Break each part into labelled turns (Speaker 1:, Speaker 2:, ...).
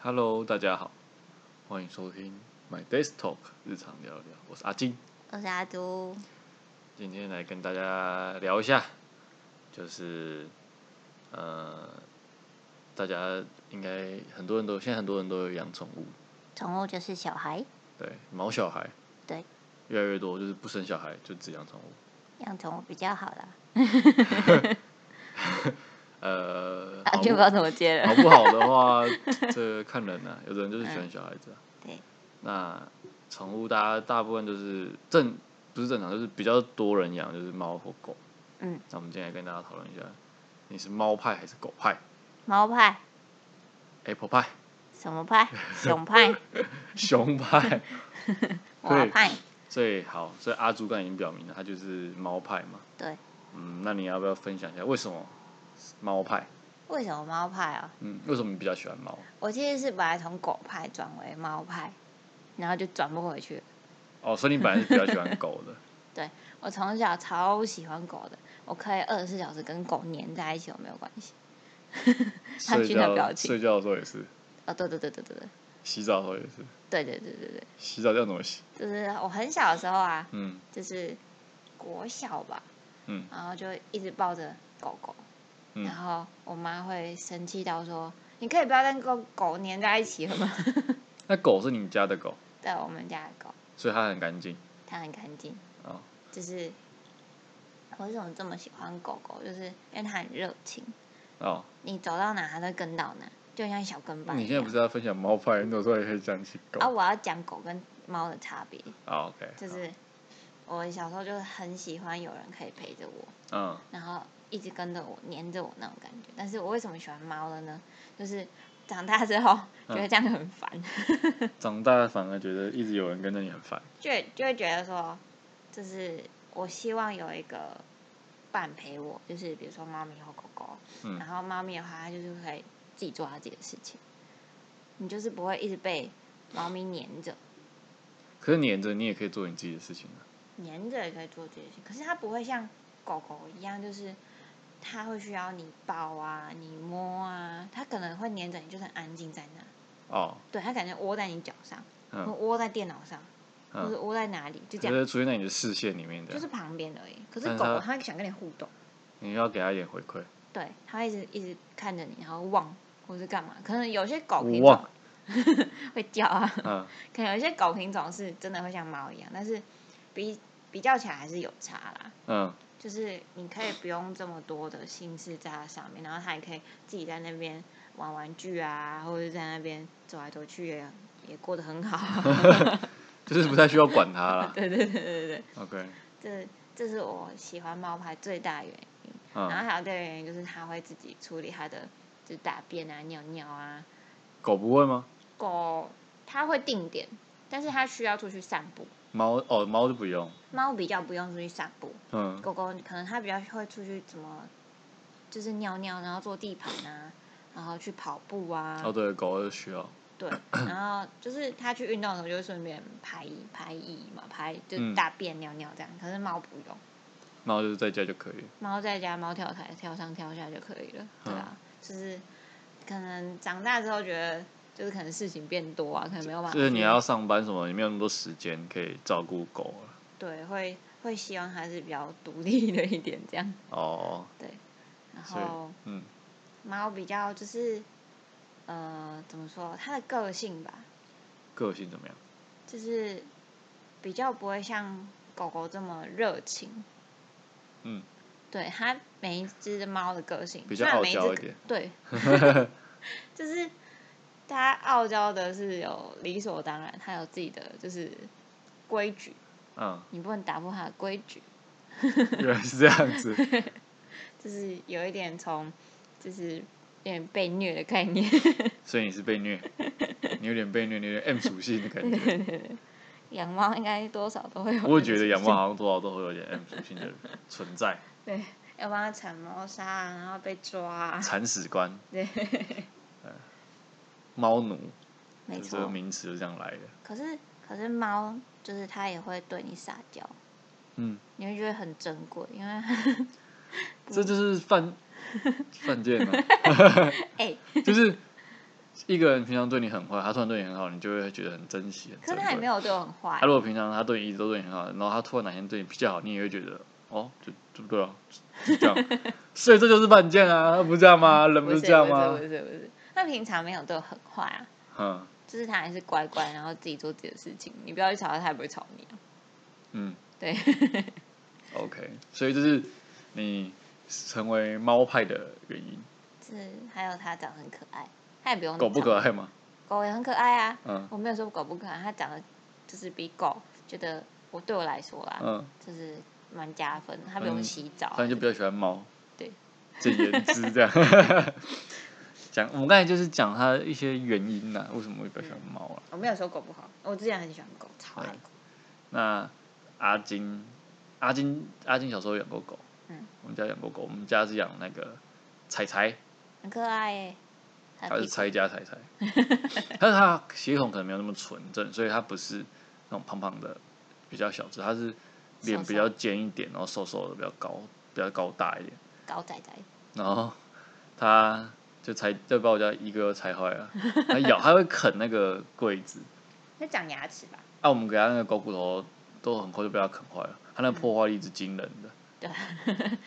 Speaker 1: Hello，大家好，欢迎收听 My Desk Talk 日常聊聊，我是阿金，
Speaker 2: 我是阿朱，
Speaker 1: 今天来跟大家聊一下，就是呃，大家应该很多人都现在很多人都有养宠物，
Speaker 2: 宠物就是小孩，
Speaker 1: 对，毛小孩，
Speaker 2: 对，
Speaker 1: 越来越多就是不生小孩就只养宠物，
Speaker 2: 养宠物比较好啦。
Speaker 1: 呃，
Speaker 2: 啊，
Speaker 1: 好
Speaker 2: 就不知
Speaker 1: 不
Speaker 2: 道怎么 接
Speaker 1: 好
Speaker 2: 了。
Speaker 1: 不好的话，这看人啊， 有的人就是喜欢小孩子啊。
Speaker 2: 嗯对，
Speaker 1: 那宠物大家大部分就是正不是正常，就是比较多人养，就是猫或狗。
Speaker 2: 嗯，
Speaker 1: 那我们今天来跟大家讨论一下，你是猫派还是狗派
Speaker 2: 猫派、
Speaker 1: ？Apple 派、
Speaker 2: 什么派、熊派、
Speaker 1: 熊派？
Speaker 2: 瓦派，
Speaker 1: 所以好，所以阿朱刚才已经表明了，他就是猫派嘛。
Speaker 2: 对。
Speaker 1: 嗯，那你要不要分享一下为什么是猫派？
Speaker 2: 为什么猫派啊？
Speaker 1: 嗯，为什么你比较喜欢猫？
Speaker 2: 我其实是本来从狗派转为猫派，然后就转不回去了。
Speaker 1: 哦，所以你本来是比较喜欢狗 的。
Speaker 2: 我从小超喜欢狗的，我可以二十四小时跟狗黏在一起，我没有关系。他
Speaker 1: 睡
Speaker 2: 居然
Speaker 1: 觉
Speaker 2: 有表情
Speaker 1: 睡觉的时候也是，
Speaker 2: 哦，对对对对对对
Speaker 1: 洗澡的时候也是，
Speaker 2: 对对对对对，
Speaker 1: 洗澡要怎么洗？
Speaker 2: 就是我很小的时候啊，
Speaker 1: 嗯
Speaker 2: 就是国小吧，
Speaker 1: 嗯
Speaker 2: 然后就一直抱着狗狗，
Speaker 1: 嗯
Speaker 2: 然，后我妈会生气到说：“你可以不要跟狗狗粘在一起了吗
Speaker 1: 那狗是你们家的狗，？”
Speaker 2: 对，我们家的狗
Speaker 1: 所以它很干净
Speaker 2: 它很干净，
Speaker 1: 哦。
Speaker 2: 就是我为什么这么喜欢狗狗，就是因为它很热情，
Speaker 1: 哦，
Speaker 2: 你走到哪它都跟到哪，就很像小跟班一样。
Speaker 1: 你现在不是要分享猫派，你有时候也可以讲起狗。
Speaker 2: 啊？我要讲狗跟猫的差别，
Speaker 1: 啊，OK，
Speaker 2: 就是我小时候就是很喜欢有人可以陪着我，
Speaker 1: 嗯
Speaker 2: 然后一直跟着我、黏着我那种感觉。但是我为什么喜欢猫了呢？就是长大之后觉得这样很烦，
Speaker 1: 长大反而觉得一直有人跟着你很烦。
Speaker 2: 就会就会觉得说，就是我希望有一个伴陪我，就是比如说猫咪或狗狗，
Speaker 1: 嗯
Speaker 2: 然后猫咪的话，它就是可以自己做它自己的事情，你就是不会一直被猫咪黏着，
Speaker 1: 可是黏着你也可以做你自己的事情啊。
Speaker 2: 黏着也可以做这些事情，可是它不会像狗狗一样，就是它会需要你抱啊，你摸啊，它可能会黏着你，就是很安静在那，
Speaker 1: 哦，
Speaker 2: 对，它感觉窝在你脚上，或
Speaker 1: 嗯
Speaker 2: 窝在电脑上，或
Speaker 1: 嗯，
Speaker 2: 者窝在哪里，就这
Speaker 1: 就是
Speaker 2: 样。
Speaker 1: 出现在你的视线里面的，
Speaker 2: 就是旁边而已。可是
Speaker 1: 但是
Speaker 2: 狗狗
Speaker 1: 它
Speaker 2: 它想跟你互动，
Speaker 1: 你要给他一点回馈。
Speaker 2: 对，它会一直一直看着你，然后望或是干嘛。哦可能有些狗
Speaker 1: 我
Speaker 2: 品种
Speaker 1: 忘
Speaker 2: 会叫啊，
Speaker 1: 嗯，
Speaker 2: 可能有些狗品种是真的会像猫一样，但是比比较起来还是有差啦。
Speaker 1: 嗯，
Speaker 2: 就是你可以不用这么多的心思在它上面，然后它也可以自己在那边玩玩具啊，或者是在那边走来走去也也过得很好。啊
Speaker 1: 就是不太需要管他啦。
Speaker 2: 对对对对 对，
Speaker 1: OK，
Speaker 2: 这这是我喜欢猫派最大的原因。然
Speaker 1: 嗯，
Speaker 2: 后还有第二个原因就是它会自己处理它的，就是大便啊、尿尿啊。
Speaker 1: 狗不会吗？
Speaker 2: 狗它会定点，但是它需要出去散步。
Speaker 1: 猫哦，猫就不用。
Speaker 2: 猫比较不用出去散步，
Speaker 1: 嗯，
Speaker 2: 狗狗可能它比较会出去怎么，就是尿尿，然后做地盘啊，然后去跑步啊，
Speaker 1: 哦对，狗就需要。
Speaker 2: 对，然后就是它去运动的时候就会顺便排排遗嘛，排就是
Speaker 1: 嗯
Speaker 2: 大便、尿尿这样。可是猫不用，
Speaker 1: 猫就是在家就可以。
Speaker 2: 猫在家猫跳台跳上跳下就可以了，对啊，
Speaker 1: 嗯
Speaker 2: 就是可能长大之后觉得就是可能事情变多啊，可能没有办法去，
Speaker 1: 就是你要上班什么，你没有那么多时间可以照顾狗啊。
Speaker 2: 对会会希望它是比较独立的一点这样，
Speaker 1: 哦，
Speaker 2: 然
Speaker 1: 所以
Speaker 2: 后
Speaker 1: 嗯，
Speaker 2: 猫比较就是呃怎么说它的个性吧，
Speaker 1: 个性怎么样？
Speaker 2: 就是比较不会像狗狗这么热情，
Speaker 1: 嗯，
Speaker 2: 对它每一只猫的个性
Speaker 1: 比较
Speaker 2: 虽然
Speaker 1: 傲
Speaker 2: 每一只
Speaker 1: 娇一
Speaker 2: 个
Speaker 1: 点，
Speaker 2: 对， 就是他傲娇的是有理所当然，他有自己的就是规矩，
Speaker 1: 嗯，
Speaker 2: 你不能打破他的规矩，
Speaker 1: 原来是这样子。
Speaker 2: 就是有一点从就是有点被虐的概念，
Speaker 1: 所以你是被虐，你有点被虐，你有点 M 属性的感觉。
Speaker 2: 养猫应该多少都会有，
Speaker 1: 我也觉得养猫，好像多少都会有点 M 属性的存在，
Speaker 2: 对，要帮他铲猫砂啊，然后被抓啊，
Speaker 1: 铲屎官、
Speaker 2: 对，
Speaker 1: 猫奴，
Speaker 2: 没
Speaker 1: 就是这个
Speaker 2: 错。
Speaker 1: 名词就这样来的。
Speaker 2: 可是可是猫就是它也会对你撒娇，
Speaker 1: 嗯，
Speaker 2: 你会觉得很珍贵，因为 哎
Speaker 1: 这就是犯犯贱了，
Speaker 2: 哎、
Speaker 1: 就是一个人平常对你很坏，他突然对你很好，你就会觉得很珍惜。很
Speaker 2: 可是
Speaker 1: 珍
Speaker 2: 他也
Speaker 1: 贵
Speaker 2: 没有对我很坏
Speaker 1: 他，如果平常他对你一直都对你很好，然后他突然哪天对你比较好，你也会觉得哦，就就不对啊，就就这样。 所以这就是犯贱啊，不是这样吗？人
Speaker 2: 不
Speaker 1: 是
Speaker 2: 是
Speaker 1: 这样
Speaker 2: 不
Speaker 1: 吗
Speaker 2: 是？不是不是，他平常没有对我很坏啊，
Speaker 1: 嗯
Speaker 2: 就是他还是乖乖，然后自己做自己的事情，你不要去吵他，他也不会吵你、啊。
Speaker 1: 嗯
Speaker 2: 对，
Speaker 1: ，OK。所以这是你成为猫派的原因。
Speaker 2: 是还有他长得很可爱，他也不用
Speaker 1: 狗不
Speaker 2: 吵
Speaker 1: 可爱吗？
Speaker 2: 狗也很可爱啊。
Speaker 1: 嗯
Speaker 2: 我没有说狗不可爱，它长得就是比狗，觉得我对我来说啦，
Speaker 1: 嗯，
Speaker 2: 就是蛮加分的，它不用洗澡啊。
Speaker 1: 所以你就比较喜欢猫。
Speaker 2: 对。
Speaker 1: 这言之这样。 讲我们刚才就是讲它一些原因呐、为什么会比较喜欢猫啊？
Speaker 2: 我没有说狗不好，我之前很喜欢狗，超爱狗。
Speaker 1: 那阿金，阿金，阿金小时候养过狗。
Speaker 2: 嗯。
Speaker 1: 我们家养过狗，我们家是养那个彩彩，
Speaker 2: 很可爱耶、它
Speaker 1: 它是
Speaker 2: 的啊屁股
Speaker 1: 拆家 彩彩，但是它血统可能没有那么纯正，所以它不是那种胖胖的，比较小只，它是脸
Speaker 2: 瘦瘦
Speaker 1: 比较尖一点，然后瘦瘦的，比较高，比较高大一点。
Speaker 2: 高仔仔，
Speaker 1: 然后它就拆，就把我家一个拆坏了。它咬，它会啃那个柜子。
Speaker 2: 那长牙齿吧？
Speaker 1: 啊，我们给它那个狗骨头都很快就被它啃坏了，它那个破坏力是惊人的。
Speaker 2: 对，啊。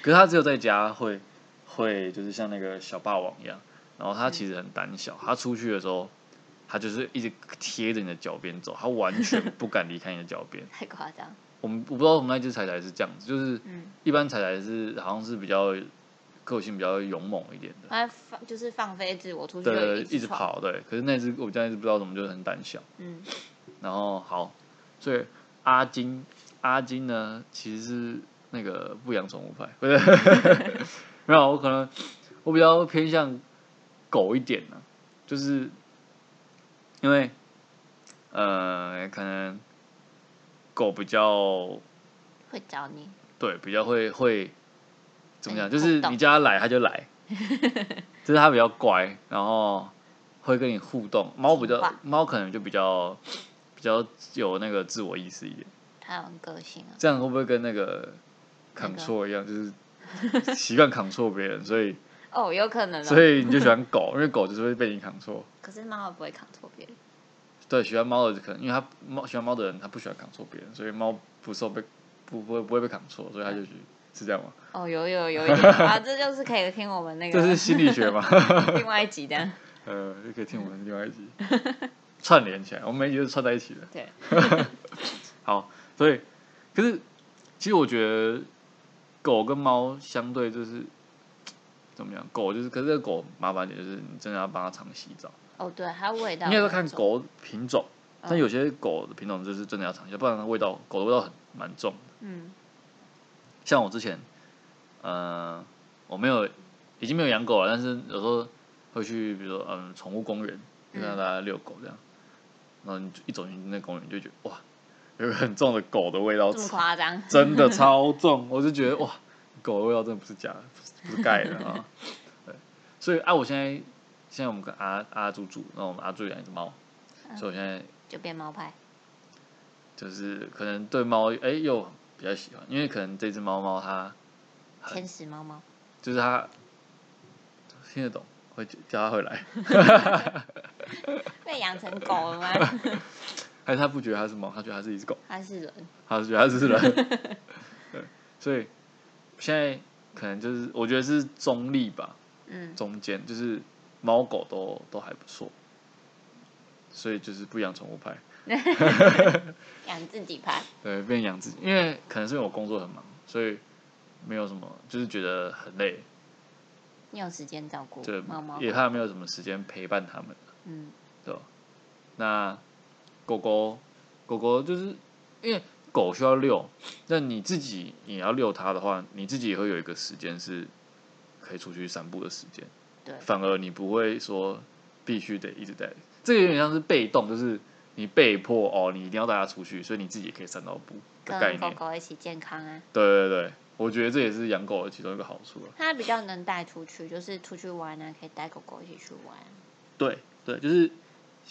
Speaker 1: 可是它只有在家会会就是像那个小霸王一样，然后它其实很胆小，它出去的时候。它就是一直贴着你的脚边走，它完全不敢离开你的脚边
Speaker 2: 太夸张。
Speaker 1: 我们我不知道我们那只彩彩是这样子，就是
Speaker 2: 嗯，
Speaker 1: 一般彩彩是好像是比较个性比较勇猛一点的，
Speaker 2: 它放就是放飞自我，出去就
Speaker 1: 对，一直
Speaker 2: 直闯。
Speaker 1: 跑，对。可是那只我家那只不知道怎么就是很胆小，
Speaker 2: 嗯，
Speaker 1: 然后好，所以阿金阿金呢其实是那个不养宠物派，不是， 没有，我可能我比较偏向狗一点呢、就是因为呃可能狗比较
Speaker 2: 会找你。
Speaker 1: 对，比较会会怎么讲？
Speaker 2: 哎
Speaker 1: 就是
Speaker 2: 互动
Speaker 1: 你叫他来，他就 来，就是他比较乖，然后会跟你互动。猫比
Speaker 2: 听
Speaker 1: 较
Speaker 2: 话
Speaker 1: 猫可能就比较比较有那个自我意识一点，
Speaker 2: 它很个性啊，
Speaker 1: 这样会不会跟那个
Speaker 2: 那个
Speaker 1: control 一样，就是 习惯 control 别人，所 以
Speaker 2: 哦，有可能、哦。
Speaker 1: 所以你就喜欢狗，因为狗就是会被你 control。
Speaker 2: 可是猫不会扛错别人，
Speaker 1: 对，喜欢猫的可能因为它猫喜欢猫的人，他不喜欢 control 别人，所以猫不受被不不会不会被 control，所以他
Speaker 2: 嗯
Speaker 1: 就是是这样吗？
Speaker 2: 哦，有有有一 点啊，这就是可以听我们那
Speaker 1: 这是
Speaker 2: 个
Speaker 1: 心理学吗？
Speaker 2: 另外一集的，
Speaker 1: 呃，就可以听我们另外一集串联起来，我们每一集都串在一起的。
Speaker 2: 对，
Speaker 1: 好，所以可是其实我觉得狗跟猫相对就是怎么样？狗就是，可是这个狗麻烦点就是你真的要帮它常洗澡，
Speaker 2: 哦对，它味道
Speaker 1: 你也
Speaker 2: 有
Speaker 1: 要
Speaker 2: 一
Speaker 1: 看
Speaker 2: 种，
Speaker 1: 狗品种，
Speaker 2: 嗯
Speaker 1: 但有些狗的品种就是真的要常洗澡，不然它味道狗的味道很蛮重的。
Speaker 2: 嗯
Speaker 1: 像我之前，呃，我没有已经没有养狗了，但是有时候会去，比如说嗯，宠物公园，就
Speaker 2: 嗯
Speaker 1: 让大家遛狗这样。然后你就一走进那公园，你就觉得哇，有个很重的狗的味道
Speaker 2: 这，么夸张，
Speaker 1: 真的超重。我就觉得哇，狗的味道真的不是假的，不是不是盖的啊。对，所以啊，我现在现在我们跟阿阿猪住，然后我们阿猪养一只猫，所以我现在
Speaker 2: 就变猫派，
Speaker 1: 就是可能对猫哎、又比较喜欢，因为可能这只猫猫它很
Speaker 2: 天使猫猫，
Speaker 1: 就是他听得懂，会叫他回来，
Speaker 2: 被养成狗了吗？
Speaker 1: 还是他不觉得他是猫，他觉得他是一只狗，
Speaker 2: 它是人，
Speaker 1: 他觉得他是人。 对，所以现在可能就是我觉得是中立吧，
Speaker 2: 嗯，
Speaker 1: 中间就是猫狗都都还不错，所以就是不养宠物派，
Speaker 2: 养自己派，
Speaker 1: 对，变养自己，因为可能是因为我工作很忙，所以没有什么，就是觉得很累，
Speaker 2: 你有时间照顾
Speaker 1: 对
Speaker 2: 猫猫，，
Speaker 1: 也怕没有什么时间陪伴他们。
Speaker 2: 嗯，
Speaker 1: 对吧那狗狗，狗狗就是因为狗需要遛，那你自己也要遛它的话，你自己也会有一个时间是可以出去散步的时间，
Speaker 2: 对，
Speaker 1: 反而你不会说必须得一直带，这个有点像是被动，就是你被迫哦，你一定要带它出去，所以你自己也可以散到步的概
Speaker 2: 跟狗
Speaker 1: 念。
Speaker 2: 狗一起健康啊，
Speaker 1: 对对对，我觉得这也是养狗的其中一个好处了。
Speaker 2: 它比较能带出去，就是出去玩啊，可以带狗狗一起去玩啊，
Speaker 1: 对对，就是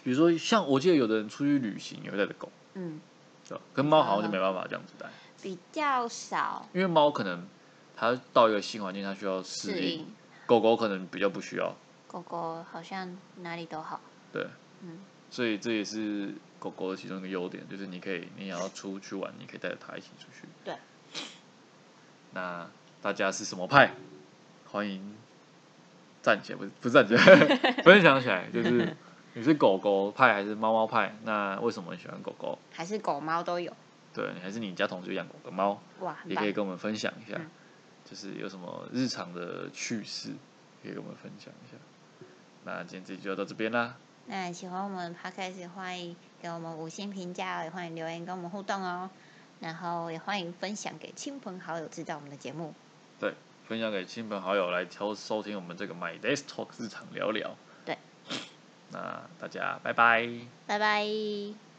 Speaker 1: 比如说像我记得有的人出去旅行也会带着狗，
Speaker 2: 嗯，
Speaker 1: 对吧？跟猫好像就没办法这样子带。
Speaker 2: 比较少
Speaker 1: 因为猫可能它到一个新环境，它需要适
Speaker 2: 适
Speaker 1: 应，
Speaker 2: 应，
Speaker 1: 狗狗可能比较不需要，
Speaker 2: 狗狗好像哪里都好。
Speaker 1: 对，
Speaker 2: 嗯，
Speaker 1: 所以这也是狗狗的其中一个优点，就是你可以，你也要出去玩，你可以带着它一起出去。
Speaker 2: 对。
Speaker 1: 那大家是什么派？欢迎站起来，不是不是站 起来，分享起来，就是你是狗狗派还是猫猫派？那为什么你喜欢狗狗？
Speaker 2: 还是狗猫都有。
Speaker 1: 对，还是你家同学养狗狗猫？
Speaker 2: 哇，很
Speaker 1: 也可
Speaker 2: 棒
Speaker 1: 以！跟我们分享一下，
Speaker 2: 嗯
Speaker 1: 就是有什么日常的趣事，可以跟我们分享一下。那今天这集就到这边啦，
Speaker 2: 那喜欢我们 podcast 也欢迎给我们五星评价哦，也欢迎留言跟我们互动哦，然后也欢迎分享给亲朋好友知道我们的节目。
Speaker 1: 对，分享给亲朋好友来收收听我们这个 My Desk Talk 日常聊聊。
Speaker 2: 对，
Speaker 1: 那大家拜拜。
Speaker 2: 拜拜。